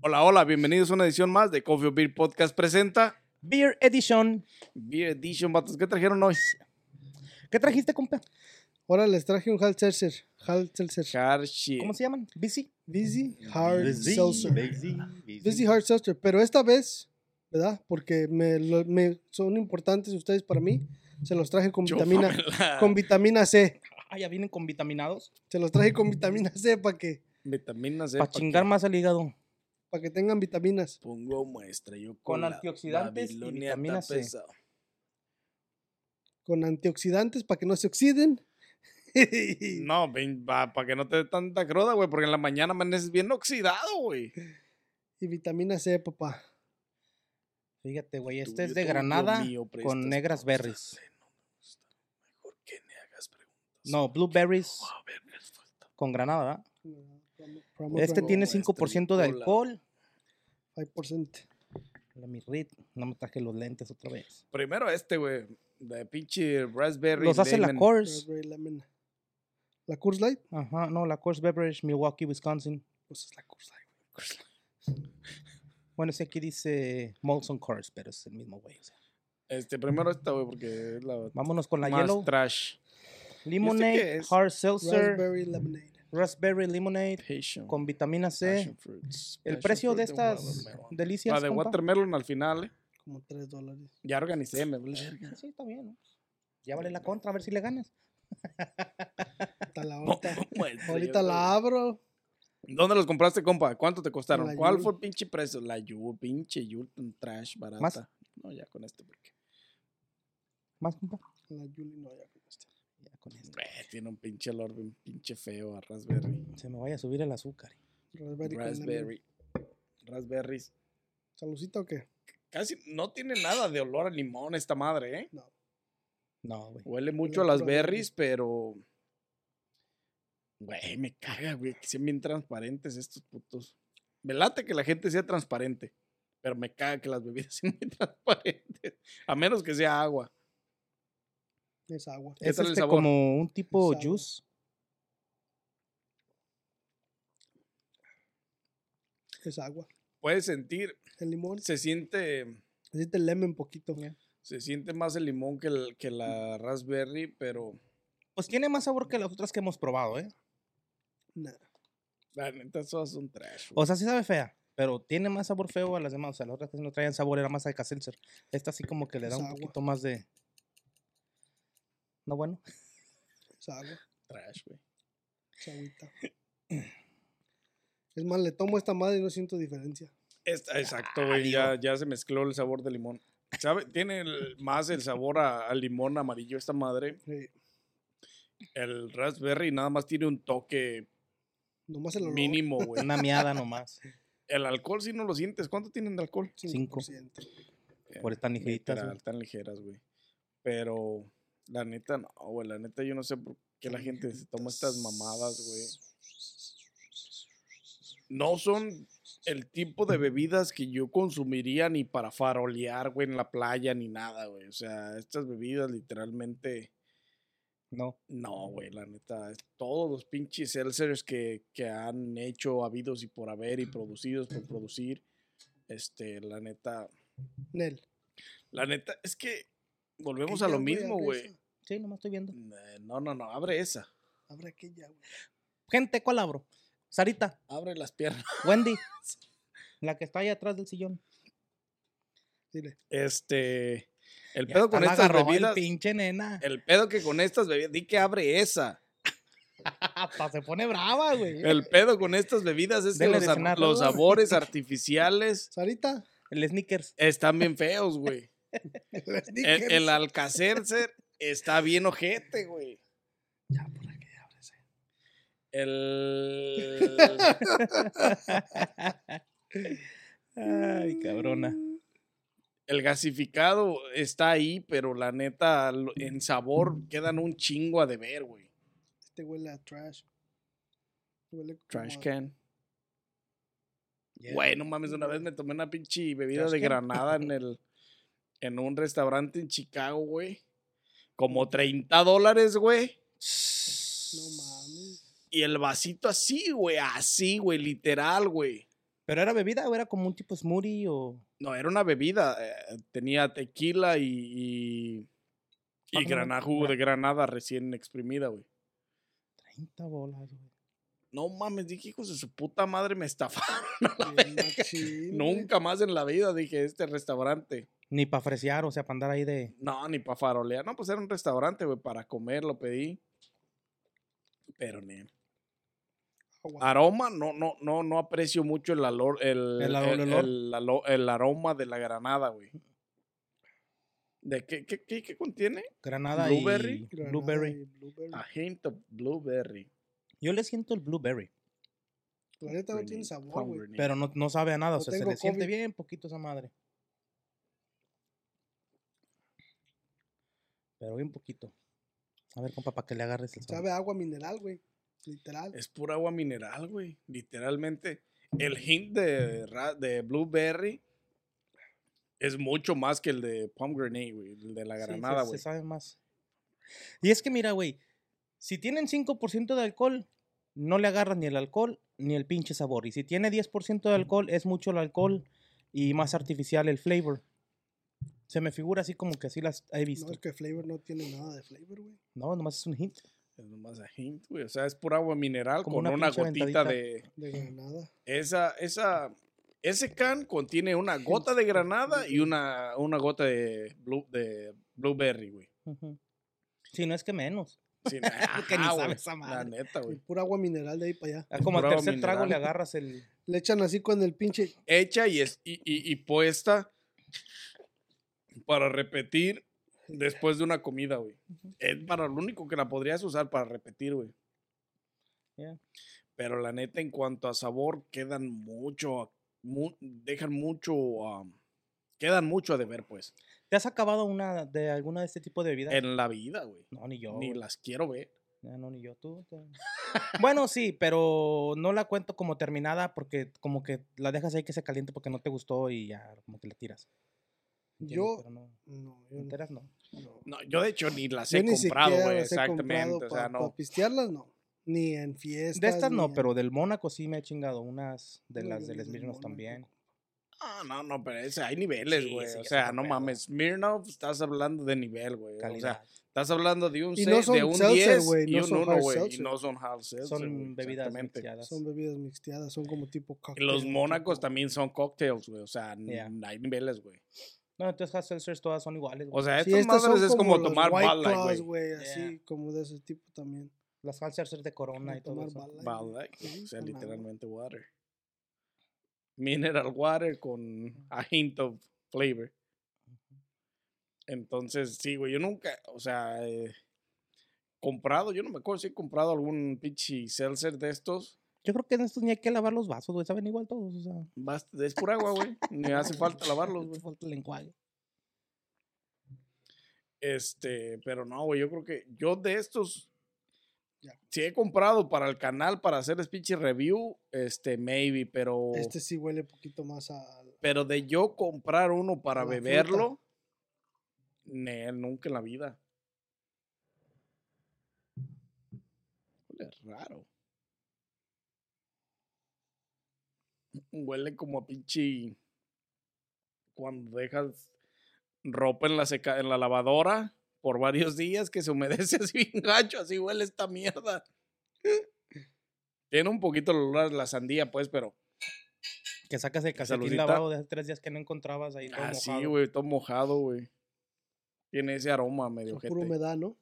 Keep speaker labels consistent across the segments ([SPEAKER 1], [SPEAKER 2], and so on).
[SPEAKER 1] Hola, hola, bienvenidos a una edición más de Coffee or Beer Podcast presenta
[SPEAKER 2] Beer Edition.
[SPEAKER 1] Beer Edition, vatos. ¿Qué trajeron hoy?
[SPEAKER 2] ¿Qué trajiste, compa?
[SPEAKER 3] Ahora les traje un Hard Seltzer. Hard Seltzer.
[SPEAKER 1] Hershey.
[SPEAKER 2] ¿Cómo se llaman? ¿Busy?
[SPEAKER 3] Busy Hard
[SPEAKER 4] Busy,
[SPEAKER 3] Seltzer.
[SPEAKER 4] busy, busy.
[SPEAKER 3] Busy Hard Seltzer. Pero esta vez, ¿verdad? Porque me, lo- me- son importantes ustedes para mí. Se los traje con vitamina,
[SPEAKER 1] Chúpamela.
[SPEAKER 3] con vitamina C.
[SPEAKER 2] Ah, ya vienen con vitaminados.
[SPEAKER 3] Se los traje con vitamina C para que,
[SPEAKER 1] Vitamina C.
[SPEAKER 2] Para
[SPEAKER 1] E, pa'
[SPEAKER 2] chingar
[SPEAKER 1] que
[SPEAKER 2] más al hígado.
[SPEAKER 3] para que tengan vitaminas.
[SPEAKER 1] Pongo muestra yo
[SPEAKER 2] Con
[SPEAKER 1] la
[SPEAKER 2] antioxidantes y E.
[SPEAKER 1] Babilonia
[SPEAKER 2] vitamina C.
[SPEAKER 1] tapeza.
[SPEAKER 3] Con antioxidantes para que no se oxiden.
[SPEAKER 1] No, para que no te dé tanta croda, güey, porque en la mañana amaneces bien oxidado, güey.
[SPEAKER 3] Y vitamina C, papá.
[SPEAKER 2] Fíjate, güey, este
[SPEAKER 1] Tuyo,
[SPEAKER 2] es de
[SPEAKER 1] tuyo,
[SPEAKER 2] Granada
[SPEAKER 1] mío, prestas,
[SPEAKER 2] con negras
[SPEAKER 1] costas,
[SPEAKER 2] berries.
[SPEAKER 1] eh, no me gusta. Mejor que ni hagas preguntas.
[SPEAKER 2] No, blueberries
[SPEAKER 1] A ver, me falta.
[SPEAKER 2] con Granada, ¿verdad?
[SPEAKER 3] Promo,
[SPEAKER 2] Este
[SPEAKER 3] promo.
[SPEAKER 2] tiene
[SPEAKER 1] este
[SPEAKER 2] 5% de
[SPEAKER 1] bicola.
[SPEAKER 2] alcohol.
[SPEAKER 3] 5%.
[SPEAKER 2] La mi rit. No me traje los lentes otra vez.
[SPEAKER 1] Primero este, güey. De pinche raspberry.
[SPEAKER 2] Los hace la
[SPEAKER 1] lemon.
[SPEAKER 2] Coors.
[SPEAKER 3] Raspberry lemon. La Coors Light,
[SPEAKER 2] Ajá, no, la Coors Beverage, Milwaukee, Wisconsin.
[SPEAKER 3] pues es la Coors Light.
[SPEAKER 2] Bueno, ese aquí dice Molson Coors, pero es el mismo, güey. o sea.
[SPEAKER 1] Este, primero esta, güey, porque es la
[SPEAKER 2] Vámonos con la
[SPEAKER 1] más
[SPEAKER 2] Yellow.
[SPEAKER 1] trash. qué
[SPEAKER 2] Lemonade,
[SPEAKER 1] es?
[SPEAKER 2] Hard Seltzer,
[SPEAKER 3] Raspberry Lemonade.
[SPEAKER 2] Raspberry Lemonade
[SPEAKER 1] Passion.
[SPEAKER 2] con vitamina C.
[SPEAKER 1] Passion fruits,
[SPEAKER 2] El
[SPEAKER 1] passion
[SPEAKER 2] precio de
[SPEAKER 1] fruit and
[SPEAKER 2] estas
[SPEAKER 1] watermelon.
[SPEAKER 2] delicias.
[SPEAKER 1] La de
[SPEAKER 2] compa?
[SPEAKER 1] watermelon al final, eh.
[SPEAKER 3] Como 3 dólares.
[SPEAKER 1] Ya organicé, me vale verga.
[SPEAKER 2] Sí, está bien. ¿no? Ya vale la contra, a ver si le ganas.
[SPEAKER 3] Hasta la ahorita.
[SPEAKER 1] Muestra,
[SPEAKER 3] ahorita
[SPEAKER 1] yo
[SPEAKER 3] la abro.
[SPEAKER 1] creo. ¿Dónde los compraste, compa? ¿Cuánto te costaron?
[SPEAKER 3] la
[SPEAKER 1] ¿Cuál
[SPEAKER 3] Yul.
[SPEAKER 1] fue el pinche precio? La Yu, pinche Yul, un trash barata. No, ya con este, porque.
[SPEAKER 2] Más, compa.
[SPEAKER 3] La Yuli no, ya con este. esta.
[SPEAKER 2] Ya con esto.
[SPEAKER 1] eh, tiene un pinche olor, un pinche feo a raspberry.
[SPEAKER 2] Se me vaya a subir el azúcar.
[SPEAKER 3] Raspberry. Raspberry.
[SPEAKER 1] Raspberry. Raspberries.
[SPEAKER 3] ¿Salucita o qué?
[SPEAKER 1] Casi no tiene nada de olor a limón esta madre, ¿eh?
[SPEAKER 2] No, güey.
[SPEAKER 1] Huele mucho a
[SPEAKER 3] Huele
[SPEAKER 1] las
[SPEAKER 3] puro a limón.
[SPEAKER 1] berries, pero. Güey, me caga, güey, que sean bien transparentes estos putos. Me late que la gente sea transparente, pero me caga que las bebidas sean bien transparentes. A menos que sea agua.
[SPEAKER 3] Es agua.
[SPEAKER 1] ¿Qué
[SPEAKER 2] Es
[SPEAKER 1] tal el
[SPEAKER 2] este
[SPEAKER 1] sabor?
[SPEAKER 2] como un tipo
[SPEAKER 3] Sabe.
[SPEAKER 2] juice.
[SPEAKER 3] Es agua.
[SPEAKER 1] Puedes sentir,
[SPEAKER 3] El limón.
[SPEAKER 1] se siente,
[SPEAKER 3] Necesita el lemon poquito.
[SPEAKER 1] se siente más el limón que, el- que la raspberry, pero
[SPEAKER 2] Pues tiene más sabor que las otras que hemos probado, ¿eh?
[SPEAKER 3] Nah.
[SPEAKER 1] la neta todas son trash. güey.
[SPEAKER 2] O sea, sí sabe fea, pero tiene más sabor feo a las demás. O sea, las otras que no traían sabor era más de Seltzer. Esta sí como que le
[SPEAKER 3] Es
[SPEAKER 2] da un
[SPEAKER 3] agua.
[SPEAKER 2] poquito más de... No, bueno.
[SPEAKER 3] Es agua.
[SPEAKER 1] trash, güey.
[SPEAKER 3] Es agüita. Es más, le tomo esta madre y no siento diferencia.
[SPEAKER 1] Esta-
[SPEAKER 2] Ah,
[SPEAKER 1] exacto, güey, ya, ya se mezcló el sabor de limón. ¿Sabe? Tiene el- más el sabor a- a limón amarillo esta madre.
[SPEAKER 3] Eh,
[SPEAKER 1] El raspberry nada más tiene un toque
[SPEAKER 3] nomás el olor.
[SPEAKER 1] mínimo, güey.
[SPEAKER 2] Una miada nomás.
[SPEAKER 1] El alcohol sí no lo sientes. ¿Cuánto tienen de alcohol?
[SPEAKER 2] Cinco.
[SPEAKER 3] 5%.
[SPEAKER 2] Por estas ligeritas.
[SPEAKER 1] Literal,
[SPEAKER 2] güey.
[SPEAKER 1] tan ligeras, güey. Pero la neta no, güey. La neta yo no sé por qué la gente se toma estas mamadas, güey. No son el tipo de bebidas que yo consumiría ni para farolear, güey, en la playa ni nada, güey. O sea, estas bebidas literalmente...
[SPEAKER 2] No.
[SPEAKER 1] No, güey, la neta, es- todos los pinches seltzers que, que han hecho habidos y por haber y producidos por producir, este, la neta,
[SPEAKER 3] Nel.
[SPEAKER 1] la neta, es que volvemos
[SPEAKER 3] Aquella,
[SPEAKER 1] a lo
[SPEAKER 3] güey,
[SPEAKER 1] mismo,
[SPEAKER 3] abre
[SPEAKER 1] güey.
[SPEAKER 3] esa.
[SPEAKER 2] Sí, nomás estoy viendo.
[SPEAKER 1] Eh, No, no, no, abre esa,
[SPEAKER 3] Abre aquella, güey.
[SPEAKER 2] Gente, ¿cuál abro? Sarita.
[SPEAKER 1] abre las piernas.
[SPEAKER 2] Wendy. La que está ahí atrás del sillón.
[SPEAKER 3] Dile.
[SPEAKER 1] Este, el
[SPEAKER 2] Ya
[SPEAKER 1] pedo
[SPEAKER 2] hasta
[SPEAKER 1] con
[SPEAKER 2] la
[SPEAKER 1] estas
[SPEAKER 2] agarró el
[SPEAKER 1] bebidas,
[SPEAKER 2] pinche nena.
[SPEAKER 1] el pedo que con estas bebidas, di que abre esa.
[SPEAKER 2] Hasta se pone brava, güey.
[SPEAKER 1] El pedo con estas bebidas es que
[SPEAKER 2] Denle de
[SPEAKER 1] los, ar-
[SPEAKER 2] cenar.
[SPEAKER 1] los sabores artificiales
[SPEAKER 3] Sarita.
[SPEAKER 2] El sneakers.
[SPEAKER 1] están bien feos, güey.
[SPEAKER 3] les dije
[SPEAKER 1] El, el Alcacercer está bien ojete, güey.
[SPEAKER 3] Ya, por aquí, ya, ábrese.
[SPEAKER 1] El.
[SPEAKER 2] Ay, cabrona.
[SPEAKER 1] El gasificado está ahí, pero la neta, lo- en sabor quedan un chingo a deber, güey.
[SPEAKER 3] Este huele a trash. Huele como
[SPEAKER 1] Trash
[SPEAKER 3] a-
[SPEAKER 1] can.
[SPEAKER 2] Yeah.
[SPEAKER 1] Güey, no mames, una vez me tomé una pinche bebida
[SPEAKER 2] Trash
[SPEAKER 1] de
[SPEAKER 2] can.
[SPEAKER 1] granada en el en un restaurante en Chicago, güey. Como 30 dólares, güey.
[SPEAKER 3] No mames.
[SPEAKER 1] Y el vasito así, güey, así, güey, literal, güey.
[SPEAKER 2] ¿Pero era bebida o era como un tipo smoothie o...?
[SPEAKER 1] No, era una bebida. eh, tenía tequila y. y,
[SPEAKER 2] Ah,
[SPEAKER 1] y
[SPEAKER 2] no,
[SPEAKER 1] grana- jugo
[SPEAKER 2] gra-
[SPEAKER 1] de granada recién exprimida, güey.
[SPEAKER 2] 30 bolas, güey.
[SPEAKER 1] No mames, dije, hijos de su puta madre, me estafaron.
[SPEAKER 3] Bien machín, güey.
[SPEAKER 1] Nunca más en la vida dije, este restaurante.
[SPEAKER 2] Ni para fresear, o sea, para andar ahí de...
[SPEAKER 1] No, ni para farolear. No, pues era un restaurante, güey, para comer lo pedí. Pero, ne.
[SPEAKER 3] Agua.
[SPEAKER 1] Aroma, no, no, no, no aprecio mucho el, alor- el,
[SPEAKER 2] El alo- olor.
[SPEAKER 1] el alo- el aroma de la granada, güey. ¿De qué, qué, qué, qué contiene?
[SPEAKER 2] Granada
[SPEAKER 1] Blueberry. Ah,
[SPEAKER 2] y
[SPEAKER 3] Granada
[SPEAKER 2] blueberry.
[SPEAKER 3] y blueberry.
[SPEAKER 1] A hint of blueberry.
[SPEAKER 2] Yo le siento el blueberry,
[SPEAKER 3] La neta no tiene
[SPEAKER 1] Grenade,
[SPEAKER 3] sabor,
[SPEAKER 1] from
[SPEAKER 3] güey.
[SPEAKER 1] grenade.
[SPEAKER 2] pero no, no sabe a nada, o
[SPEAKER 3] No
[SPEAKER 2] sea, se
[SPEAKER 3] tengo
[SPEAKER 2] le siente
[SPEAKER 3] COVID.
[SPEAKER 2] bien poquito esa madre. Pero bien poquito. A ver, compa, para que le agarres el sabor.
[SPEAKER 3] Sabe a agua mineral, güey. Literal.
[SPEAKER 1] Es pura agua mineral, güey. Literalmente. El hint de, ra- de blueberry es mucho más que el de pomegranate, güey. El de la
[SPEAKER 2] Sí, se-
[SPEAKER 1] granada,
[SPEAKER 2] se,
[SPEAKER 1] güey.
[SPEAKER 2] sabe más. Y es que mira, güey, si tienen 5% de alcohol, no le agarran ni el alcohol ni el pinche sabor. Y si tiene 10% de alcohol, es mucho el alcohol y más artificial el flavor. Se me figura así como que así las he visto.
[SPEAKER 3] No, es que flavor no tiene nada de flavor, güey.
[SPEAKER 2] No, nomás es un hint.
[SPEAKER 1] es nomás a hint, güey. O sea, es pura agua mineral
[SPEAKER 2] Como
[SPEAKER 1] con
[SPEAKER 2] una
[SPEAKER 1] una
[SPEAKER 2] pinche
[SPEAKER 1] gotita
[SPEAKER 2] ventadita.
[SPEAKER 1] de,
[SPEAKER 3] De
[SPEAKER 1] Mm.
[SPEAKER 3] granada.
[SPEAKER 1] Esa, esa, ese can contiene una gota de granada y una, una gota de, blue, de blueberry, güey.
[SPEAKER 2] Ujú. Si no es que menos.
[SPEAKER 1] Sí, ajá,
[SPEAKER 2] ni sabe
[SPEAKER 1] ah, güey,
[SPEAKER 2] esa
[SPEAKER 1] La
[SPEAKER 2] madre.
[SPEAKER 1] neta,
[SPEAKER 3] Y
[SPEAKER 1] güey.
[SPEAKER 3] pura agua mineral de ahí para allá.
[SPEAKER 2] Ah, Como al
[SPEAKER 1] puro
[SPEAKER 2] tercer trago le
[SPEAKER 1] mineral.
[SPEAKER 2] agarras el.
[SPEAKER 3] Le echan así con el pinche.
[SPEAKER 1] Hecha y, es, y, y- y puesta para repetir después de una comida, güey. Es para lo único que la podrías usar para repetir, güey.
[SPEAKER 2] Ya.
[SPEAKER 1] Pero la neta, en cuanto a sabor, quedan mucho, mu- dejan mucho, um, quedan mucho a deber, pues.
[SPEAKER 2] ¿Te has acabado una de alguna de este tipo de bebidas?
[SPEAKER 1] En la vida, güey.
[SPEAKER 2] No, ni yo.
[SPEAKER 1] Ni
[SPEAKER 2] güey.
[SPEAKER 1] las quiero ver.
[SPEAKER 2] Ah, no, ni yo, tú. tú. bueno, sí, pero no la cuento como terminada porque como que la dejas ahí que se caliente porque no te gustó y ya como que la tiras. ¿entiendes?
[SPEAKER 3] Yo-
[SPEAKER 2] Pero no,
[SPEAKER 3] No, yo no.
[SPEAKER 2] enteras no.
[SPEAKER 3] no.
[SPEAKER 1] No, yo de hecho ni las
[SPEAKER 3] Yo
[SPEAKER 1] he
[SPEAKER 3] ni
[SPEAKER 1] comprado,
[SPEAKER 3] siquiera
[SPEAKER 1] güey.
[SPEAKER 3] las he
[SPEAKER 1] Exactamente.
[SPEAKER 3] comprado
[SPEAKER 1] o sea,
[SPEAKER 3] pa-
[SPEAKER 1] no.
[SPEAKER 3] pa pistearlas, no. Ni en fiestas.
[SPEAKER 2] De estas
[SPEAKER 3] ni
[SPEAKER 2] no,
[SPEAKER 3] en-
[SPEAKER 2] pero del Mónaco sí me he chingado unas, de
[SPEAKER 3] No,
[SPEAKER 2] las
[SPEAKER 3] yo
[SPEAKER 2] del
[SPEAKER 3] ni del
[SPEAKER 2] Smirnoff
[SPEAKER 3] Mónaco.
[SPEAKER 2] también.
[SPEAKER 1] Ah, no, no, pero ese- hay niveles,
[SPEAKER 2] Sí,
[SPEAKER 1] güey.
[SPEAKER 2] sí,
[SPEAKER 1] o
[SPEAKER 2] es
[SPEAKER 1] sea,
[SPEAKER 2] otro
[SPEAKER 1] no
[SPEAKER 2] pedo.
[SPEAKER 1] mames. Smirnoff, estás hablando de nivel, güey. O sea,
[SPEAKER 2] Calidad.
[SPEAKER 1] estás hablando de un
[SPEAKER 3] Y
[SPEAKER 1] 6,
[SPEAKER 3] no
[SPEAKER 1] de
[SPEAKER 3] son
[SPEAKER 1] un
[SPEAKER 3] seltzer,
[SPEAKER 1] 10
[SPEAKER 3] güey,
[SPEAKER 1] y
[SPEAKER 3] no
[SPEAKER 1] un
[SPEAKER 3] son
[SPEAKER 1] 1,
[SPEAKER 3] hard
[SPEAKER 1] güey. Y
[SPEAKER 3] seltzer.
[SPEAKER 1] no son hard seltzer, güey,
[SPEAKER 2] Son bebidas
[SPEAKER 1] exactamente.
[SPEAKER 2] mixeadas.
[SPEAKER 3] Son bebidas mixteadas, son como tipo
[SPEAKER 1] Y
[SPEAKER 3] cóctel.
[SPEAKER 1] los
[SPEAKER 3] tipo-
[SPEAKER 1] Mónacos también son cocktails, güey. O sea,
[SPEAKER 2] Yeah.
[SPEAKER 1] n- hay niveles, güey.
[SPEAKER 2] No, entonces hard seltzers todas son iguales. güey.
[SPEAKER 1] O sea,
[SPEAKER 3] Sí,
[SPEAKER 1] estas
[SPEAKER 3] estas son
[SPEAKER 1] madres es como
[SPEAKER 3] los
[SPEAKER 1] tomar
[SPEAKER 3] White
[SPEAKER 1] Bud Light, güey.
[SPEAKER 3] Claws, güey.
[SPEAKER 2] Yeah.
[SPEAKER 3] Así, como de ese tipo también.
[SPEAKER 2] las hard seltzers de Corona
[SPEAKER 3] Como
[SPEAKER 2] y todo
[SPEAKER 3] tomar
[SPEAKER 2] eso.
[SPEAKER 3] Bud Light,
[SPEAKER 1] Bud
[SPEAKER 3] güey.
[SPEAKER 1] Light, güey,
[SPEAKER 3] Sí,
[SPEAKER 1] O sea,
[SPEAKER 3] con agua.
[SPEAKER 1] literalmente water. Mineral water con a hint of flavor. Entonces, sí, güey, yo nunca, o sea, eh, comprado, yo no me acuerdo si he comprado algún pinche seltzer de estos.
[SPEAKER 2] Yo creo que en estos ni hay que lavar los vasos, güey. Saben igual todos, o sea.
[SPEAKER 1] Basta, es pura agua, güey. Ni hace falta lavarlos,
[SPEAKER 2] no
[SPEAKER 1] güey.
[SPEAKER 2] falta el enjuague.
[SPEAKER 1] Este, pero no, güey, yo creo que yo de estos,
[SPEAKER 3] Ya.
[SPEAKER 1] si he comprado para el canal para hacerles pinche review, este, maybe, pero...
[SPEAKER 3] Este sí huele poquito más a.
[SPEAKER 1] Pero de yo comprar uno para
[SPEAKER 3] A la fruta.
[SPEAKER 1] beberlo, ne, nunca en la vida. Huele raro. Huele como a pinche. Cuando dejas ropa en la, seca, en la lavadora por varios días que se humedece así bien gacho, así huele esta mierda. Tiene un poquito el olor a la sandía, pues, pero.
[SPEAKER 2] Que sacas el calcetín
[SPEAKER 1] Saludita.
[SPEAKER 2] lavado de hace tres días que no encontrabas ahí todo
[SPEAKER 1] Ah, sí,
[SPEAKER 2] mojado.
[SPEAKER 1] güey, todo mojado, güey. Tiene ese aroma
[SPEAKER 3] a
[SPEAKER 1] medio
[SPEAKER 3] pura
[SPEAKER 1] gente.
[SPEAKER 3] humedad, ¿no?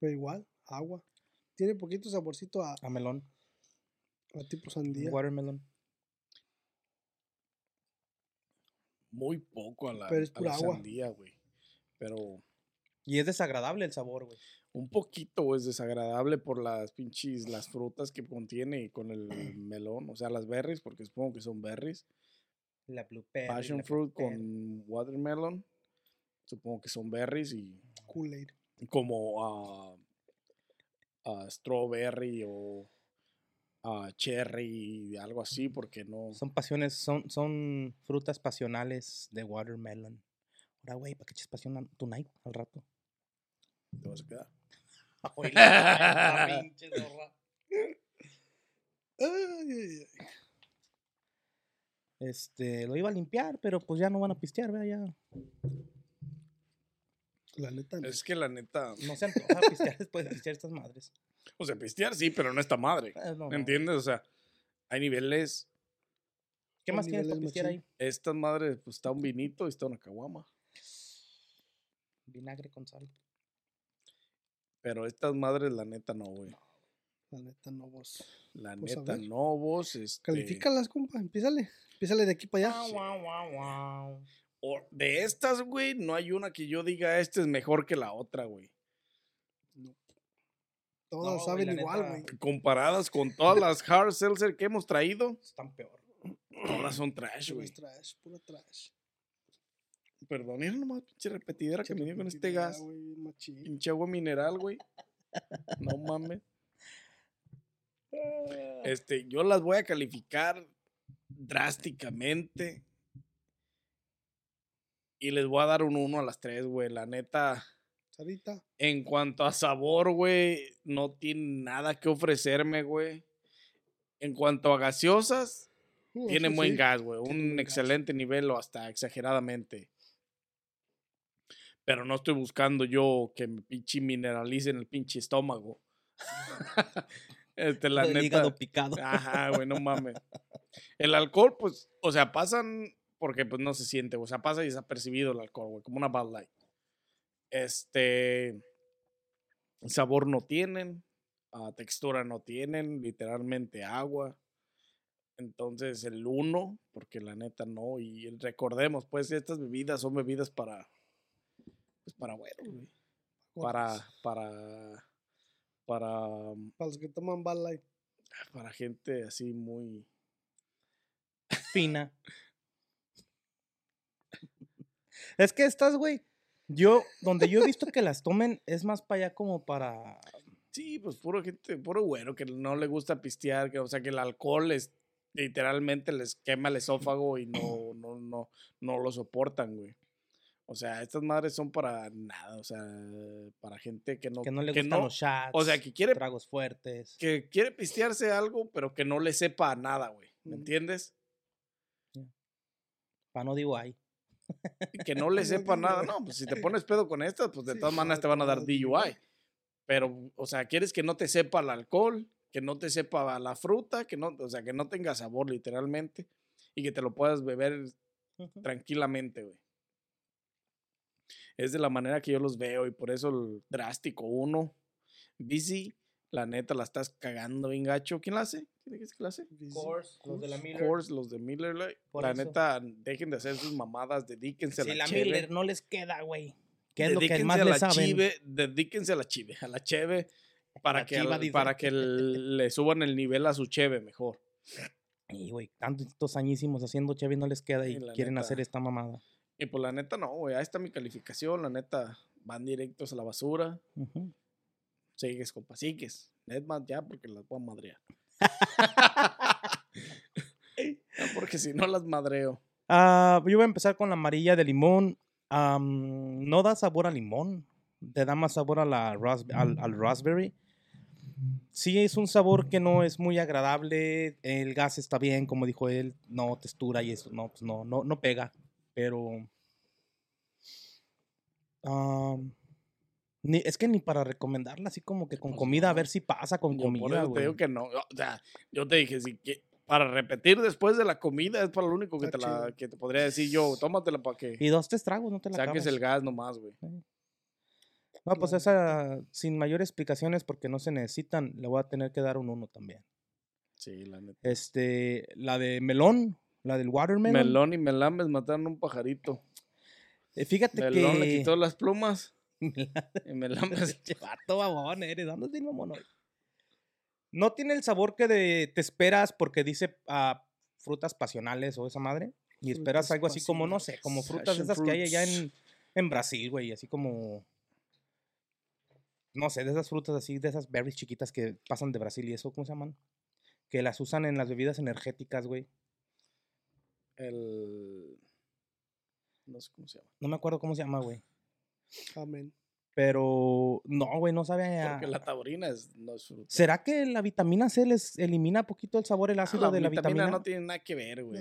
[SPEAKER 3] Pero igual, agua. Tiene poquito saborcito a,
[SPEAKER 2] A melón.
[SPEAKER 3] a tipo sandía.
[SPEAKER 2] Watermelon.
[SPEAKER 1] Muy poco a la,
[SPEAKER 3] Pero es
[SPEAKER 1] a la
[SPEAKER 3] pura agua.
[SPEAKER 1] sandía, güey. Pero
[SPEAKER 2] Y es desagradable el sabor, güey.
[SPEAKER 1] un poquito güey, es desagradable por las pinches, las frutas que contiene y con el melón, o sea, las berries, porque supongo que son berries.
[SPEAKER 2] La
[SPEAKER 3] Eh,
[SPEAKER 2] blueberry. la
[SPEAKER 1] Passion fruit
[SPEAKER 2] blueberry.
[SPEAKER 1] con watermelon, supongo que son berries y
[SPEAKER 3] Kool-Aid.
[SPEAKER 1] como a strawberry o ah, cherry, algo así, porque no.
[SPEAKER 2] Son pasiones, son, son frutas pasionales de watermelon. Ahora, güey, ¿para qué echas pasión a tu Nike al rato?
[SPEAKER 1] Te vas a quedar.
[SPEAKER 2] Ay, la pinche zorra.
[SPEAKER 3] Ay, ay, ay.
[SPEAKER 2] Este, lo iba a limpiar, pero pues ya no van a pistear, vea, ya.
[SPEAKER 3] La neta. no.
[SPEAKER 1] Es que la neta,
[SPEAKER 2] No se antoja pistear después de pistear estas madres.
[SPEAKER 1] o sea, pues, pistear sí, pero no esta madre.
[SPEAKER 2] Eh, no, no.
[SPEAKER 1] ¿Entiendes? O sea, hay niveles.
[SPEAKER 2] ¿Qué
[SPEAKER 3] Son
[SPEAKER 2] más tienes para
[SPEAKER 3] niveles
[SPEAKER 2] pistear ahí?
[SPEAKER 3] machín.
[SPEAKER 1] Estas madres, pues está un vinito y está una caguama.
[SPEAKER 2] Vinagre con sal.
[SPEAKER 1] Pero estas madres, la neta, no, güey.
[SPEAKER 3] La neta, no vos.
[SPEAKER 1] La
[SPEAKER 3] Pues, a
[SPEAKER 1] neta,
[SPEAKER 3] ver.
[SPEAKER 1] no, vos. Este,
[SPEAKER 3] Califícalas, compa. Empiézale. Empiézale de aquí para
[SPEAKER 1] Ah,
[SPEAKER 3] allá.
[SPEAKER 2] Guau, guau, guau.
[SPEAKER 1] o- de estas, güey, no hay una que yo diga, esta es mejor que la otra, güey.
[SPEAKER 3] Todas
[SPEAKER 2] No, güey,
[SPEAKER 3] saben
[SPEAKER 2] la
[SPEAKER 3] igual,
[SPEAKER 2] neta.
[SPEAKER 3] güey.
[SPEAKER 1] Comparadas con todas las hard seltzer que hemos traído,
[SPEAKER 2] Están peor.
[SPEAKER 1] todas son trash,
[SPEAKER 3] Puro
[SPEAKER 1] güey.
[SPEAKER 3] trash, puro trash.
[SPEAKER 1] Perdón, mira nomás, pinche repetidera que me dio con este
[SPEAKER 3] Repetidera,
[SPEAKER 1] gas.
[SPEAKER 3] güey, bien machín.
[SPEAKER 1] Pinche agua mineral, güey. No mames. Este, yo las voy a calificar drásticamente. Y les voy a dar un 1 a las 3, güey. La neta,
[SPEAKER 3] Sarita.
[SPEAKER 1] en cuanto a sabor, güey, no tiene nada que ofrecerme, güey. En cuanto a gaseosas,
[SPEAKER 3] Uh,
[SPEAKER 1] tiene
[SPEAKER 3] eso
[SPEAKER 1] buen
[SPEAKER 3] sí.
[SPEAKER 1] gas, güey.
[SPEAKER 3] tiene buen
[SPEAKER 1] Un
[SPEAKER 3] gas.
[SPEAKER 1] excelente nivel o hasta exageradamente. Pero no estoy buscando yo que me pinche mineralicen el pinche estómago. este, la
[SPEAKER 2] El
[SPEAKER 1] neta.
[SPEAKER 2] hígado picado.
[SPEAKER 1] Ajá, güey, no mames. El alcohol, pues, o sea, pasan porque pues no se siente, o sea, pasa desapercibido el alcohol, güey, como una Bad Light. Este, sabor no tienen, ah, textura no tienen, literalmente agua. Entonces el uno, porque la neta no, y el- recordemos, pues estas bebidas son bebidas para, pues para güeros, güey. Para, para, para
[SPEAKER 3] Para los que toman Bad Light.
[SPEAKER 1] para gente así muy.
[SPEAKER 2] fina. es que estas, güey. Yo, donde yo he visto que las tomen, es más para allá como para.
[SPEAKER 1] Sí, pues puro gente, puro güero que no le gusta pistear, que, o sea que el alcohol les literalmente les quema el esófago y no, no, no, no lo soportan, güey. O sea, estas madres son para nada, o sea, para gente que no,
[SPEAKER 2] Que no le gustan los shots.
[SPEAKER 1] o sea, que quiere,
[SPEAKER 2] Tragos fuertes.
[SPEAKER 1] que quiere pistearse algo, pero que no le sepa a nada, güey. ¿Me
[SPEAKER 3] Mm.
[SPEAKER 1] entiendes?
[SPEAKER 2] Pa' no digo ahí.
[SPEAKER 1] y que no le
[SPEAKER 3] No
[SPEAKER 1] sepa
[SPEAKER 3] digo,
[SPEAKER 1] nada.
[SPEAKER 3] güey.
[SPEAKER 1] No, pues si te pones pedo con estas, pues de
[SPEAKER 3] Sí,
[SPEAKER 1] todas
[SPEAKER 3] no,
[SPEAKER 1] maneras
[SPEAKER 3] de
[SPEAKER 1] te van a
[SPEAKER 3] todas
[SPEAKER 1] dar
[SPEAKER 3] maneras,
[SPEAKER 1] DUI. Pero, o sea, quieres que no te sepa el alcohol, que no te sepa la fruta, que no, o sea, que no tenga sabor literalmente y que te lo puedas beber tranquilamente, güey. Es de la manera que yo los veo y por eso el drástico uno. Bici, la neta, la estás cagando bien gacho. ¿Quién la hace? ¿Quién es que la hace?
[SPEAKER 3] Busy.
[SPEAKER 2] los de la
[SPEAKER 3] Coors.
[SPEAKER 2] Miller.
[SPEAKER 1] Coors, los de Miller Lite.
[SPEAKER 2] Por
[SPEAKER 1] La
[SPEAKER 2] eso.
[SPEAKER 1] neta, dejen de hacer sus mamadas, dedíquense a
[SPEAKER 2] si
[SPEAKER 1] la,
[SPEAKER 2] la
[SPEAKER 1] cheve.
[SPEAKER 2] Miller no les queda, güey. Que es lo que
[SPEAKER 1] Dedíquense
[SPEAKER 2] más
[SPEAKER 1] a la
[SPEAKER 2] les saben.
[SPEAKER 1] chive, dedíquense a la chive, a la cheve, para
[SPEAKER 2] La
[SPEAKER 1] que,
[SPEAKER 2] chiva,
[SPEAKER 1] al-
[SPEAKER 2] dice.
[SPEAKER 1] para que el- le suban el nivel a su cheve mejor.
[SPEAKER 2] Y, güey, tantos añísimos haciendo Chevy no les queda y
[SPEAKER 1] Sí, la
[SPEAKER 2] quieren
[SPEAKER 1] neta.
[SPEAKER 2] hacer esta mamada.
[SPEAKER 1] Y pues la neta no, güey, ahí está mi calificación, la neta, van directos a la basura,
[SPEAKER 2] Ujú.
[SPEAKER 1] sigues compa, sigues, es más ya porque las voy a madrear. No, porque si no las madreo.
[SPEAKER 2] Ah, yo voy a empezar con la amarilla de limón. Am, no da sabor a limón. Te da más sabor a la ras- al, al
[SPEAKER 1] Mm.
[SPEAKER 2] raspberry. Sí, es un sabor que no es muy agradable. El gas está bien, como dijo él. No, textura y eso. No, pues no, no, no pega. Pero. am, ni- es que ni para recomendarla, así como que con
[SPEAKER 1] Pues
[SPEAKER 2] comida, a
[SPEAKER 1] no.
[SPEAKER 2] ver si pasa con
[SPEAKER 1] Yo por
[SPEAKER 2] comida.
[SPEAKER 1] eso te
[SPEAKER 2] güey.
[SPEAKER 1] digo que no. O sea, yo te dije, si que- para repetir después de la comida, es para lo único que te,
[SPEAKER 3] Está
[SPEAKER 1] la,
[SPEAKER 3] chido.
[SPEAKER 1] que te podría decir yo, tómatela para que
[SPEAKER 2] Y dos, tres tragos, no te la
[SPEAKER 1] saques
[SPEAKER 2] acabas.
[SPEAKER 1] el gas nomás, güey.
[SPEAKER 2] No, pues
[SPEAKER 3] La
[SPEAKER 2] esa, sin mayor explicaciones, porque no se necesitan, le voy a tener que dar un uno también.
[SPEAKER 1] Sí, la neta.
[SPEAKER 2] Este, la de melón, la del watermelon.
[SPEAKER 1] Melón y Melames mataron un pajarito.
[SPEAKER 2] Eh, fíjate
[SPEAKER 1] Melón le
[SPEAKER 2] que
[SPEAKER 1] quitó las plumas. Y me la empecé-
[SPEAKER 2] Che, vato babón eres, andas bien mamón hoy. No tiene el sabor que de- te esperas porque dice ah, frutas pasionales o esa madre. Y esperas
[SPEAKER 3] Frutas
[SPEAKER 2] algo así como, no sé,
[SPEAKER 1] pasionales,
[SPEAKER 2] como frutas de
[SPEAKER 1] passion
[SPEAKER 2] esas que hay allá en,
[SPEAKER 1] fruits.
[SPEAKER 2] en Brasil, güey. Así como, no sé, de esas frutas así, de esas berries chiquitas que pasan de Brasil y eso, ¿cómo se llaman? Que las usan en las bebidas energéticas, güey.
[SPEAKER 1] el. No sé cómo se llama.
[SPEAKER 2] No me acuerdo cómo se llama, güey.
[SPEAKER 3] Amén.
[SPEAKER 2] Pero, no, güey, no sabe a...
[SPEAKER 1] Porque la taurina es, no es fruta.
[SPEAKER 2] ¿Será que la vitamina C les elimina poquito el sabor, el
[SPEAKER 1] Ah,
[SPEAKER 2] ácido de la vitamina?
[SPEAKER 1] no tiene nada que ver, güey.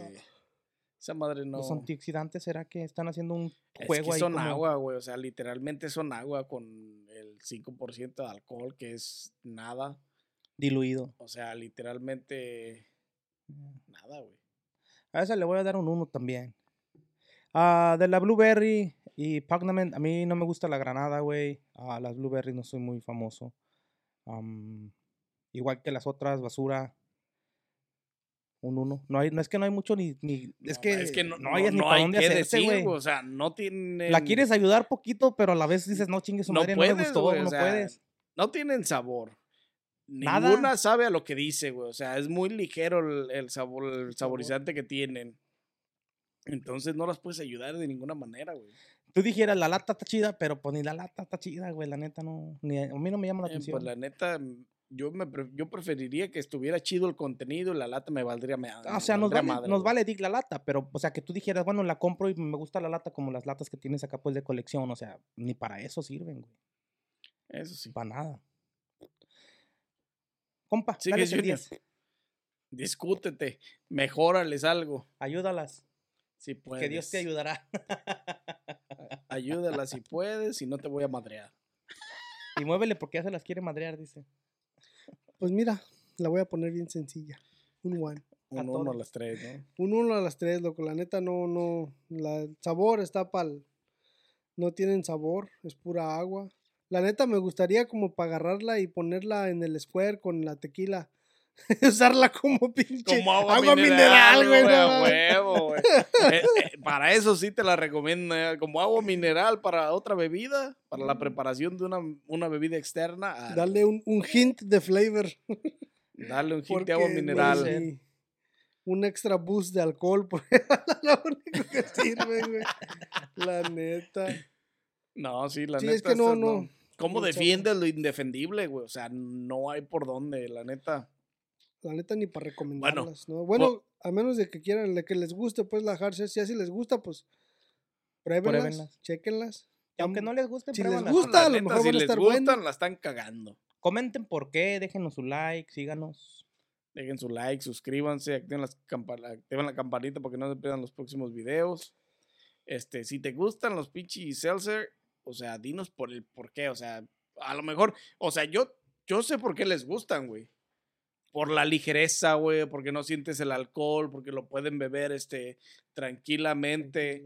[SPEAKER 1] Esa madre no.
[SPEAKER 2] Los antioxidantes, ¿será que están haciendo un
[SPEAKER 1] Es
[SPEAKER 2] juego
[SPEAKER 1] que
[SPEAKER 2] ahí?
[SPEAKER 1] son
[SPEAKER 2] como-
[SPEAKER 1] agua, güey. O sea, literalmente son agua con el 5% de alcohol, que es nada.
[SPEAKER 2] Diluido.
[SPEAKER 1] O sea, literalmente
[SPEAKER 2] Mm.
[SPEAKER 1] nada, güey.
[SPEAKER 2] A esa le voy a dar un 1 también. Ah, de la blueberry y Pugnaman, a mí no me gusta la granada, güey. Ah, las blueberries no soy muy famoso. Am, igual que las otras, basura. Un 1. No, hay, no es que no hay mucho ni... ni- es,
[SPEAKER 1] No,
[SPEAKER 2] que
[SPEAKER 1] es que no, no,
[SPEAKER 2] hayas ni
[SPEAKER 1] no
[SPEAKER 2] para
[SPEAKER 1] hay
[SPEAKER 2] dónde
[SPEAKER 1] que
[SPEAKER 2] hacerse,
[SPEAKER 1] decir,
[SPEAKER 2] güey.
[SPEAKER 1] güey. O sea, no tienen.
[SPEAKER 2] La quieres ayudar poquito, pero a la vez dices, no chingues su
[SPEAKER 1] no
[SPEAKER 2] madre,
[SPEAKER 1] puedes,
[SPEAKER 2] no me gustó,
[SPEAKER 1] güey, o
[SPEAKER 2] no
[SPEAKER 1] sea,
[SPEAKER 2] puedes.
[SPEAKER 1] No tienen sabor.
[SPEAKER 2] Nada.
[SPEAKER 1] Ninguna sabe a lo que dice, güey. O sea, es muy ligero el, el sabor, el saborizante que tienen. Entonces no las puedes ayudar de ninguna manera, güey.
[SPEAKER 2] Tú dijeras, la lata está chida, pero pues ni la lata está chida, güey, la neta no. Ni, a a mí no me llama la
[SPEAKER 1] Eh,
[SPEAKER 2] atención.
[SPEAKER 1] pues la neta, mm, yo, me pre- yo preferiría que estuviera chido el contenido y la lata me valdría ma-
[SPEAKER 2] Ah, o sea, nos
[SPEAKER 1] valdría
[SPEAKER 2] vale,
[SPEAKER 1] madre,
[SPEAKER 2] nos
[SPEAKER 1] güey.
[SPEAKER 2] vale dick la lata, pero, o sea, que tú dijeras, bueno, la compro y me gusta la lata como las latas que tienes acá, pues, de colección. O sea, ni para eso sirven, güey.
[SPEAKER 1] Eso sí.
[SPEAKER 2] Para nada. Compa,
[SPEAKER 1] Sigue,
[SPEAKER 2] dale el
[SPEAKER 1] Junior.
[SPEAKER 2] 10.
[SPEAKER 1] Discútete, mejórales algo.
[SPEAKER 2] Ayúdalas,
[SPEAKER 1] Si puedes.
[SPEAKER 2] que Dios te ayudará.
[SPEAKER 1] Ayúdala si puedes, si no te voy a madrear.
[SPEAKER 2] y muévele porque ya se las quiere madrear, dice.
[SPEAKER 3] Pues mira, la voy a poner bien sencilla. Un one.
[SPEAKER 1] Un
[SPEAKER 2] A
[SPEAKER 1] uno
[SPEAKER 2] todo.
[SPEAKER 1] a las tres, ¿no?
[SPEAKER 3] Un uno a las tres, loco. La neta no, no. La, el sabor está pal. No tienen sabor, es pura agua. La neta me gustaría como para agarrarla y ponerla en el square con la tequila. Usarla como pinche
[SPEAKER 1] Como agua,
[SPEAKER 3] mineral, güey. no
[SPEAKER 1] a
[SPEAKER 3] mames.
[SPEAKER 1] huevo, güey. Eh, eh, para eso sí te la recomiendo. eh, Como agua mineral para otra bebida, para la preparación de una, una bebida externa. ah,
[SPEAKER 3] Darle un, un hint de flavor.
[SPEAKER 1] dale un hit
[SPEAKER 3] porque,
[SPEAKER 1] de agua
[SPEAKER 3] güey,
[SPEAKER 1] mineral.
[SPEAKER 3] sí, un extra boost de alcohol, pues. lo único que sirve, güey. La neta.
[SPEAKER 1] No, sí, la
[SPEAKER 3] Sí,
[SPEAKER 1] neta.
[SPEAKER 3] es que no,
[SPEAKER 1] estas
[SPEAKER 3] no.
[SPEAKER 1] ¿Cómo
[SPEAKER 3] no, chavo.
[SPEAKER 1] defiendes lo indefendible, güey? O sea, no hay por dónde, la neta.
[SPEAKER 3] La neta ni para recomendarlas, ¿no? Bueno, a menos de que quieran, de que les guste, pues la hard si así les gusta, pues pruébenlas,
[SPEAKER 2] Pruébenlas.
[SPEAKER 3] chequenlas.
[SPEAKER 2] Y aunque no les guste,
[SPEAKER 3] Si les
[SPEAKER 2] pruébalas.
[SPEAKER 3] gusta,
[SPEAKER 1] La
[SPEAKER 3] a lo
[SPEAKER 1] neta,
[SPEAKER 3] mejor
[SPEAKER 1] si
[SPEAKER 3] van a
[SPEAKER 1] les
[SPEAKER 3] estar
[SPEAKER 1] gustan,
[SPEAKER 3] buenas.
[SPEAKER 1] la están cagando.
[SPEAKER 2] Comenten por qué, déjenos su like, síganos.
[SPEAKER 1] Dejen su like, suscríbanse, activen, las campa- activen la campanita porque no se pierdan los próximos videos. Este, si te gustan los pinches seltzer, o sea, dinos por el por qué. O sea, a lo mejor, o sea, yo, yo sé por qué les gustan, güey. Por la ligereza, güey, porque no sientes el alcohol, porque lo pueden beber este, tranquilamente.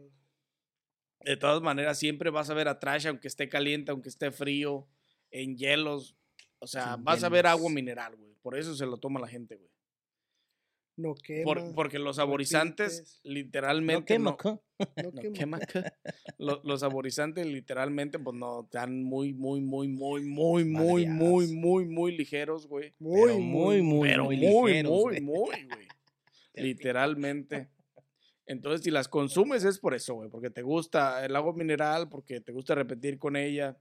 [SPEAKER 1] De todas maneras, siempre vas a ver a trash, aunque esté caliente, aunque esté frío, en hielos. O sea,
[SPEAKER 2] En
[SPEAKER 1] vas a ver agua
[SPEAKER 2] hielos.
[SPEAKER 1] mineral, güey. Por eso se lo toma la gente, güey.
[SPEAKER 3] No quema.
[SPEAKER 1] Por- porque los saborizantes,
[SPEAKER 3] repites.
[SPEAKER 2] No
[SPEAKER 1] literalmente.
[SPEAKER 2] quema,
[SPEAKER 1] No
[SPEAKER 2] ¿qué?
[SPEAKER 3] no
[SPEAKER 1] no
[SPEAKER 3] quema.
[SPEAKER 1] quema, ¿qué? Lo- los saborizantes, literalmente, pues no, están muy, muy, muy, muy, muy, muy, muy,
[SPEAKER 2] Madreadas.
[SPEAKER 1] muy, muy ligeros, güey.
[SPEAKER 3] Muy,
[SPEAKER 2] Pero muy,
[SPEAKER 3] muy,
[SPEAKER 2] muy,
[SPEAKER 1] Pero
[SPEAKER 2] Pues, muy,
[SPEAKER 1] muy,
[SPEAKER 2] ligeros,
[SPEAKER 1] muy,
[SPEAKER 2] güey.
[SPEAKER 1] muy, güey. Literalmente. Entonces, si las consumes es por eso, güey, porque te gusta el agua mineral, porque te gusta repetir con ella,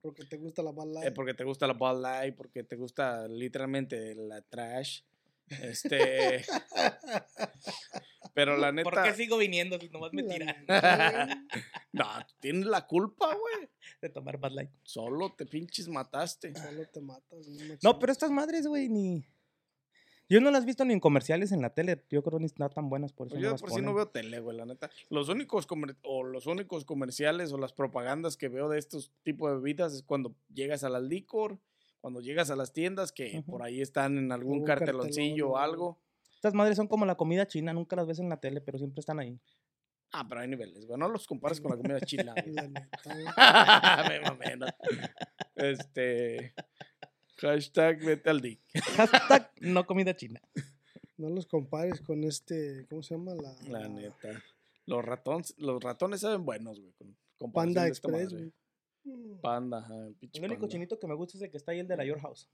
[SPEAKER 3] porque te gusta la bala.
[SPEAKER 1] eh, porque te gusta la Bud Light, porque te gusta literalmente la trash. Este. pero la neta.
[SPEAKER 2] ¿Por qué sigo viniendo si nomás me
[SPEAKER 3] La
[SPEAKER 2] tiran
[SPEAKER 3] neta, güey.
[SPEAKER 1] No, tienes la culpa, güey.
[SPEAKER 2] de tomar Bad Light?
[SPEAKER 1] Solo te pinches mataste.
[SPEAKER 3] Solo te matas. no me
[SPEAKER 2] No, pero
[SPEAKER 3] chingues.
[SPEAKER 2] estas madres, güey, ni... Yo no las he visto ni en comerciales en la tele. Yo creo ni están tan buenas por eso
[SPEAKER 1] Pues
[SPEAKER 2] no
[SPEAKER 1] yo de
[SPEAKER 2] las
[SPEAKER 1] por si no
[SPEAKER 2] ponen.
[SPEAKER 1] veo tele, güey, la neta. Los únicos, comer- o los únicos comerciales o las propagandas que veo de estos tipos de bebidas es cuando llegas a las licor, cuando llegas a las tiendas que
[SPEAKER 2] Ujú.
[SPEAKER 1] por ahí están en algún
[SPEAKER 3] Algún
[SPEAKER 1] carteloncillo o
[SPEAKER 3] cartelón,
[SPEAKER 1] algo.
[SPEAKER 2] Estas madres son como la comida china. Nunca las ves en la tele, pero siempre están ahí.
[SPEAKER 1] Ah, pero hay niveles, güey. No los compares con la comida china, güey.
[SPEAKER 3] La neta, güey.
[SPEAKER 1] Me mamé, ¿no? Este. Hashtag vete al dick.
[SPEAKER 2] Hashtag no comida china.
[SPEAKER 3] No los compares con este, ¿cómo se llama? La,
[SPEAKER 1] La neta. Los ratones, los ratones saben buenos, güey. con- comparación
[SPEAKER 3] Panda
[SPEAKER 1] de esta
[SPEAKER 3] Express,
[SPEAKER 1] madre.
[SPEAKER 3] güey.
[SPEAKER 1] Panda, ajá, el pinche
[SPEAKER 2] El único
[SPEAKER 1] panda.
[SPEAKER 2] chinito que me gusta es el que está ahí, el de la Your House.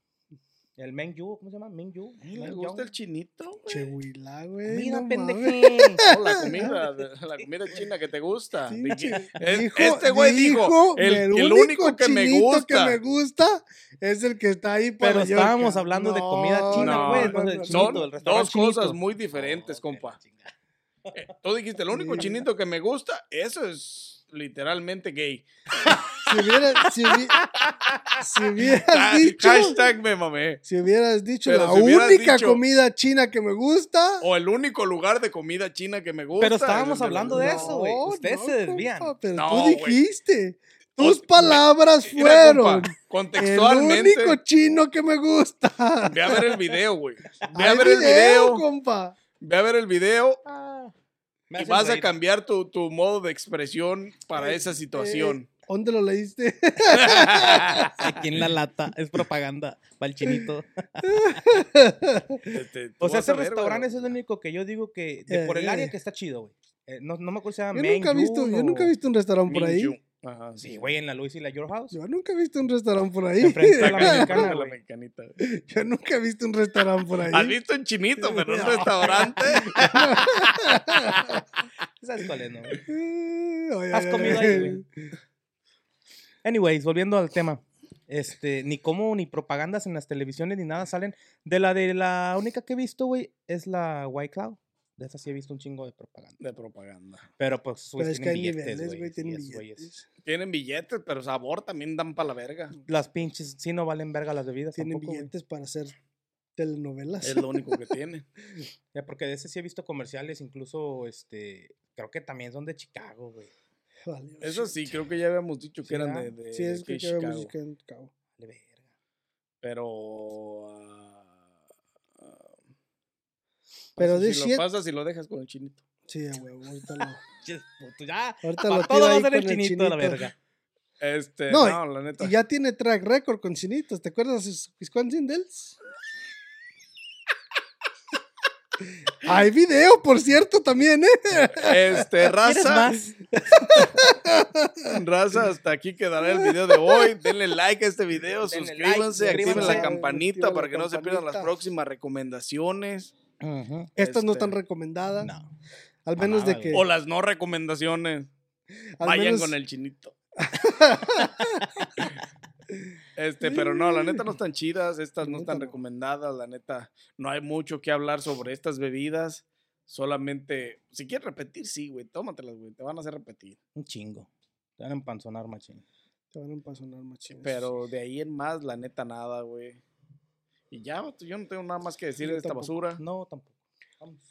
[SPEAKER 2] El Meng Yu, ¿cómo se llama? Meng Yu.
[SPEAKER 1] Ay, ¿Le
[SPEAKER 2] Meng
[SPEAKER 1] gusta
[SPEAKER 2] Yong.
[SPEAKER 1] el chinito, güey?
[SPEAKER 3] Chehuila, güey.
[SPEAKER 2] Mira,
[SPEAKER 3] no mames.
[SPEAKER 2] pendeje.
[SPEAKER 1] No, la comida, de- la comida china que te gusta.
[SPEAKER 3] Sí,
[SPEAKER 1] Dije,
[SPEAKER 3] che-
[SPEAKER 1] es-
[SPEAKER 3] dijo-
[SPEAKER 1] este güey dijo,
[SPEAKER 3] dijo,
[SPEAKER 1] el,
[SPEAKER 3] "El
[SPEAKER 1] el único que me
[SPEAKER 3] chinito
[SPEAKER 1] gusta.
[SPEAKER 3] que me gusta es el que está ahí por
[SPEAKER 2] Pero
[SPEAKER 3] la
[SPEAKER 2] estábamos
[SPEAKER 3] Yorca".
[SPEAKER 2] hablando de comida china,
[SPEAKER 1] no,
[SPEAKER 2] güey.
[SPEAKER 1] no,
[SPEAKER 2] entonces el
[SPEAKER 3] no.
[SPEAKER 2] chinito,
[SPEAKER 1] Son
[SPEAKER 2] el restaurante
[SPEAKER 1] dos cosas
[SPEAKER 2] chinito.
[SPEAKER 1] muy diferentes,
[SPEAKER 2] Oh,
[SPEAKER 1] compa. Eh, Tú dijiste, el único
[SPEAKER 3] Sí.
[SPEAKER 1] chinito que me gusta, eso es literalmente gay.
[SPEAKER 3] Si hubieras, si, hubi- si
[SPEAKER 1] Ah,
[SPEAKER 3] hubieras dicho,
[SPEAKER 1] Hashtag me mamé.
[SPEAKER 3] si hubieras dicho
[SPEAKER 1] Pero
[SPEAKER 3] la
[SPEAKER 1] si hubieras
[SPEAKER 3] única
[SPEAKER 1] dicho- Oh,
[SPEAKER 3] comida china que me gusta.
[SPEAKER 1] O el único lugar de comida china que me gusta.
[SPEAKER 2] Pero
[SPEAKER 1] es el
[SPEAKER 2] estábamos
[SPEAKER 1] la-
[SPEAKER 2] hablando de eso, güey. Ustedes se desvían.
[SPEAKER 3] compa, pero
[SPEAKER 1] No,
[SPEAKER 3] tú
[SPEAKER 1] güey.
[SPEAKER 3] dijiste. Tus
[SPEAKER 1] Ot-
[SPEAKER 3] palabras
[SPEAKER 1] Mira, compa,
[SPEAKER 3] fueron. El
[SPEAKER 1] contextualmente.
[SPEAKER 3] único chino que me gusta.
[SPEAKER 1] Ve a ver el video, güey. Ve a
[SPEAKER 3] Hay
[SPEAKER 1] ver el video.
[SPEAKER 3] compa.
[SPEAKER 1] Ve a ver el video
[SPEAKER 2] Ah, me
[SPEAKER 1] y
[SPEAKER 2] hacen
[SPEAKER 1] vas a
[SPEAKER 2] reír.
[SPEAKER 1] cambiar tu, tu modo de expresión para
[SPEAKER 3] Eh,
[SPEAKER 1] esa situación.
[SPEAKER 3] ¿Dónde lo leíste?
[SPEAKER 2] Aquí en la lata. Es propaganda para el chinito.
[SPEAKER 3] eh.
[SPEAKER 1] Te- te- tú
[SPEAKER 2] O
[SPEAKER 1] vas a
[SPEAKER 2] sea, Pues ese
[SPEAKER 1] ver,
[SPEAKER 2] restaurante es
[SPEAKER 1] güey.
[SPEAKER 2] el único que yo digo que de por el
[SPEAKER 3] Eh,
[SPEAKER 2] área
[SPEAKER 3] eh.
[SPEAKER 2] que está chido, güey. Eh, no, no me acuerdo si se llama
[SPEAKER 3] Yo
[SPEAKER 2] Meng
[SPEAKER 3] nunca he visto,
[SPEAKER 2] Yun
[SPEAKER 3] yo
[SPEAKER 2] o-
[SPEAKER 3] nunca he visto un restaurante por
[SPEAKER 1] Minju.
[SPEAKER 3] ahí.
[SPEAKER 1] Ajá,
[SPEAKER 2] Sí, güey, en la Luis y la Your House.
[SPEAKER 3] Yo nunca he visto un restaurante por ahí.
[SPEAKER 2] Enfrente de
[SPEAKER 1] La
[SPEAKER 2] la
[SPEAKER 1] mexicana,
[SPEAKER 2] mexicana,
[SPEAKER 1] la
[SPEAKER 2] güey.
[SPEAKER 1] mexicanita.
[SPEAKER 3] Yo nunca he visto un restaurante por
[SPEAKER 1] Has
[SPEAKER 3] ahí.
[SPEAKER 1] visto un chinito, pero un
[SPEAKER 3] No.
[SPEAKER 1] restaurante.
[SPEAKER 2] ¿Sabes cuál es, no? güey?
[SPEAKER 3] Eh, oye,
[SPEAKER 2] Has
[SPEAKER 3] oye,
[SPEAKER 2] comido
[SPEAKER 3] oye.
[SPEAKER 2] ahí, güey. Anyways, volviendo al tema. Este, ni cómo, ni propagandas en las televisiones, ni nada salen. De la de la única que he visto, güey, es la White Cloud. De esa sí he visto un chingo de propaganda.
[SPEAKER 1] De propaganda.
[SPEAKER 2] Pero pues,
[SPEAKER 3] Pero
[SPEAKER 2] güey,
[SPEAKER 3] es que
[SPEAKER 2] tienen
[SPEAKER 3] hay
[SPEAKER 2] billetes,
[SPEAKER 3] niveles,
[SPEAKER 2] güey.
[SPEAKER 3] güey.
[SPEAKER 2] sí,
[SPEAKER 3] Tienen
[SPEAKER 2] esos güeyes.
[SPEAKER 3] billetes.
[SPEAKER 1] Tienen billetes, pero sabor también dan para la verga.
[SPEAKER 2] Las pinches, sí no valen verga las bebidas
[SPEAKER 3] Tienen
[SPEAKER 2] tampoco, güey.
[SPEAKER 3] billetes para hacer telenovelas.
[SPEAKER 1] Es lo único que tienen.
[SPEAKER 2] Ya, porque de ese sí he visto comerciales, incluso, este, creo que también son de Chicago, güey.
[SPEAKER 3] Vale,
[SPEAKER 1] Eso
[SPEAKER 3] shit.
[SPEAKER 1] sí, creo que ya habíamos dicho que
[SPEAKER 2] Sí,
[SPEAKER 1] eran
[SPEAKER 2] ¿verdad?
[SPEAKER 1] de, de,
[SPEAKER 3] Sí, es que
[SPEAKER 1] de
[SPEAKER 3] queda
[SPEAKER 1] Chicago.
[SPEAKER 3] música en Chicago.
[SPEAKER 2] Vale, verga.
[SPEAKER 1] Pero. ah, ah,
[SPEAKER 3] Pero
[SPEAKER 1] eso
[SPEAKER 3] de
[SPEAKER 1] si lo
[SPEAKER 3] siete-
[SPEAKER 1] pasas y lo dejas con el chinito.
[SPEAKER 3] Sí, a huevo, ahorita lo.
[SPEAKER 2] Ches, puto, ya.
[SPEAKER 3] Ahorita
[SPEAKER 2] pa'
[SPEAKER 3] lo
[SPEAKER 2] todo
[SPEAKER 3] tiro
[SPEAKER 2] va a
[SPEAKER 3] ahí
[SPEAKER 2] ser el
[SPEAKER 3] con el
[SPEAKER 2] chinito, a la
[SPEAKER 3] chinito.
[SPEAKER 2] verga.
[SPEAKER 1] Este, no,
[SPEAKER 3] No,
[SPEAKER 1] la neta.
[SPEAKER 3] Y ya tiene track record con Chinitos. ¿Te acuerdas de sus- Wisconsin Dells? Hay video, por cierto, también, ¿eh?
[SPEAKER 1] Este,
[SPEAKER 2] ¿Quieres
[SPEAKER 1] raza,
[SPEAKER 2] más?
[SPEAKER 1] raza, hasta aquí quedará el video de hoy. Denle like a este video,
[SPEAKER 2] Denle
[SPEAKER 1] suscríbanse,
[SPEAKER 2] like,
[SPEAKER 1] activen la
[SPEAKER 2] suscríbanse.
[SPEAKER 1] campanita
[SPEAKER 3] Activen
[SPEAKER 1] para
[SPEAKER 3] la
[SPEAKER 1] que no se pierdan las
[SPEAKER 3] campanita.
[SPEAKER 1] próximas recomendaciones.
[SPEAKER 2] Ujú.
[SPEAKER 3] Estas no
[SPEAKER 1] Este,
[SPEAKER 3] están recomendadas.
[SPEAKER 2] No.
[SPEAKER 3] al
[SPEAKER 2] para
[SPEAKER 3] menos
[SPEAKER 2] nada,
[SPEAKER 3] de que.
[SPEAKER 1] O las no recomendaciones.
[SPEAKER 3] al
[SPEAKER 1] Vayan
[SPEAKER 3] menos-
[SPEAKER 1] con el chinito. este, pero no, la neta no están chidas, estas
[SPEAKER 3] La
[SPEAKER 1] no
[SPEAKER 3] neta
[SPEAKER 1] están
[SPEAKER 3] no.
[SPEAKER 1] recomendadas, la neta no hay mucho que hablar sobre estas bebidas. Solamente, si quieres repetir, sí, güey, tómatelas, güey, te van a hacer repetir.
[SPEAKER 2] Un chingo. Te van a empanzonar, machín.
[SPEAKER 3] Te van a empazonar, machín.
[SPEAKER 1] Pero de ahí en más, la neta nada, güey. Y ya, vato, yo no tengo nada más que decir
[SPEAKER 3] Yo
[SPEAKER 1] de esta
[SPEAKER 3] tampoco.
[SPEAKER 1] basura.
[SPEAKER 2] No, tampoco.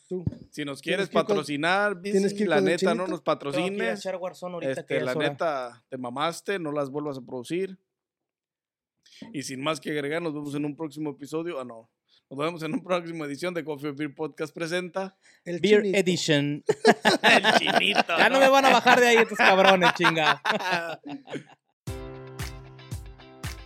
[SPEAKER 3] Tú.
[SPEAKER 1] Si nos
[SPEAKER 3] Tienes
[SPEAKER 1] quieres
[SPEAKER 3] que ir con-
[SPEAKER 1] patrocinar,
[SPEAKER 3] tienes que
[SPEAKER 1] Bici,
[SPEAKER 3] ir
[SPEAKER 1] la
[SPEAKER 3] con el
[SPEAKER 1] neta no nos
[SPEAKER 2] Tengo
[SPEAKER 3] chinito.
[SPEAKER 2] que ir a
[SPEAKER 1] patrocines.
[SPEAKER 2] echar Warzone ahorita
[SPEAKER 1] Este,
[SPEAKER 2] que
[SPEAKER 1] la
[SPEAKER 2] la hora.
[SPEAKER 1] neta, te mamaste, no las vuelvas a producir. Y sin más que agregar, nos vemos en un próximo episodio. Ah, no. Nos vemos en una próxima edición de Coffee or Beer Podcast presenta.
[SPEAKER 3] El
[SPEAKER 2] Beer
[SPEAKER 3] chinito.
[SPEAKER 2] Edition.
[SPEAKER 1] El chinito.
[SPEAKER 2] Ya no me van a bajar de ahí estos cabrones, chinga.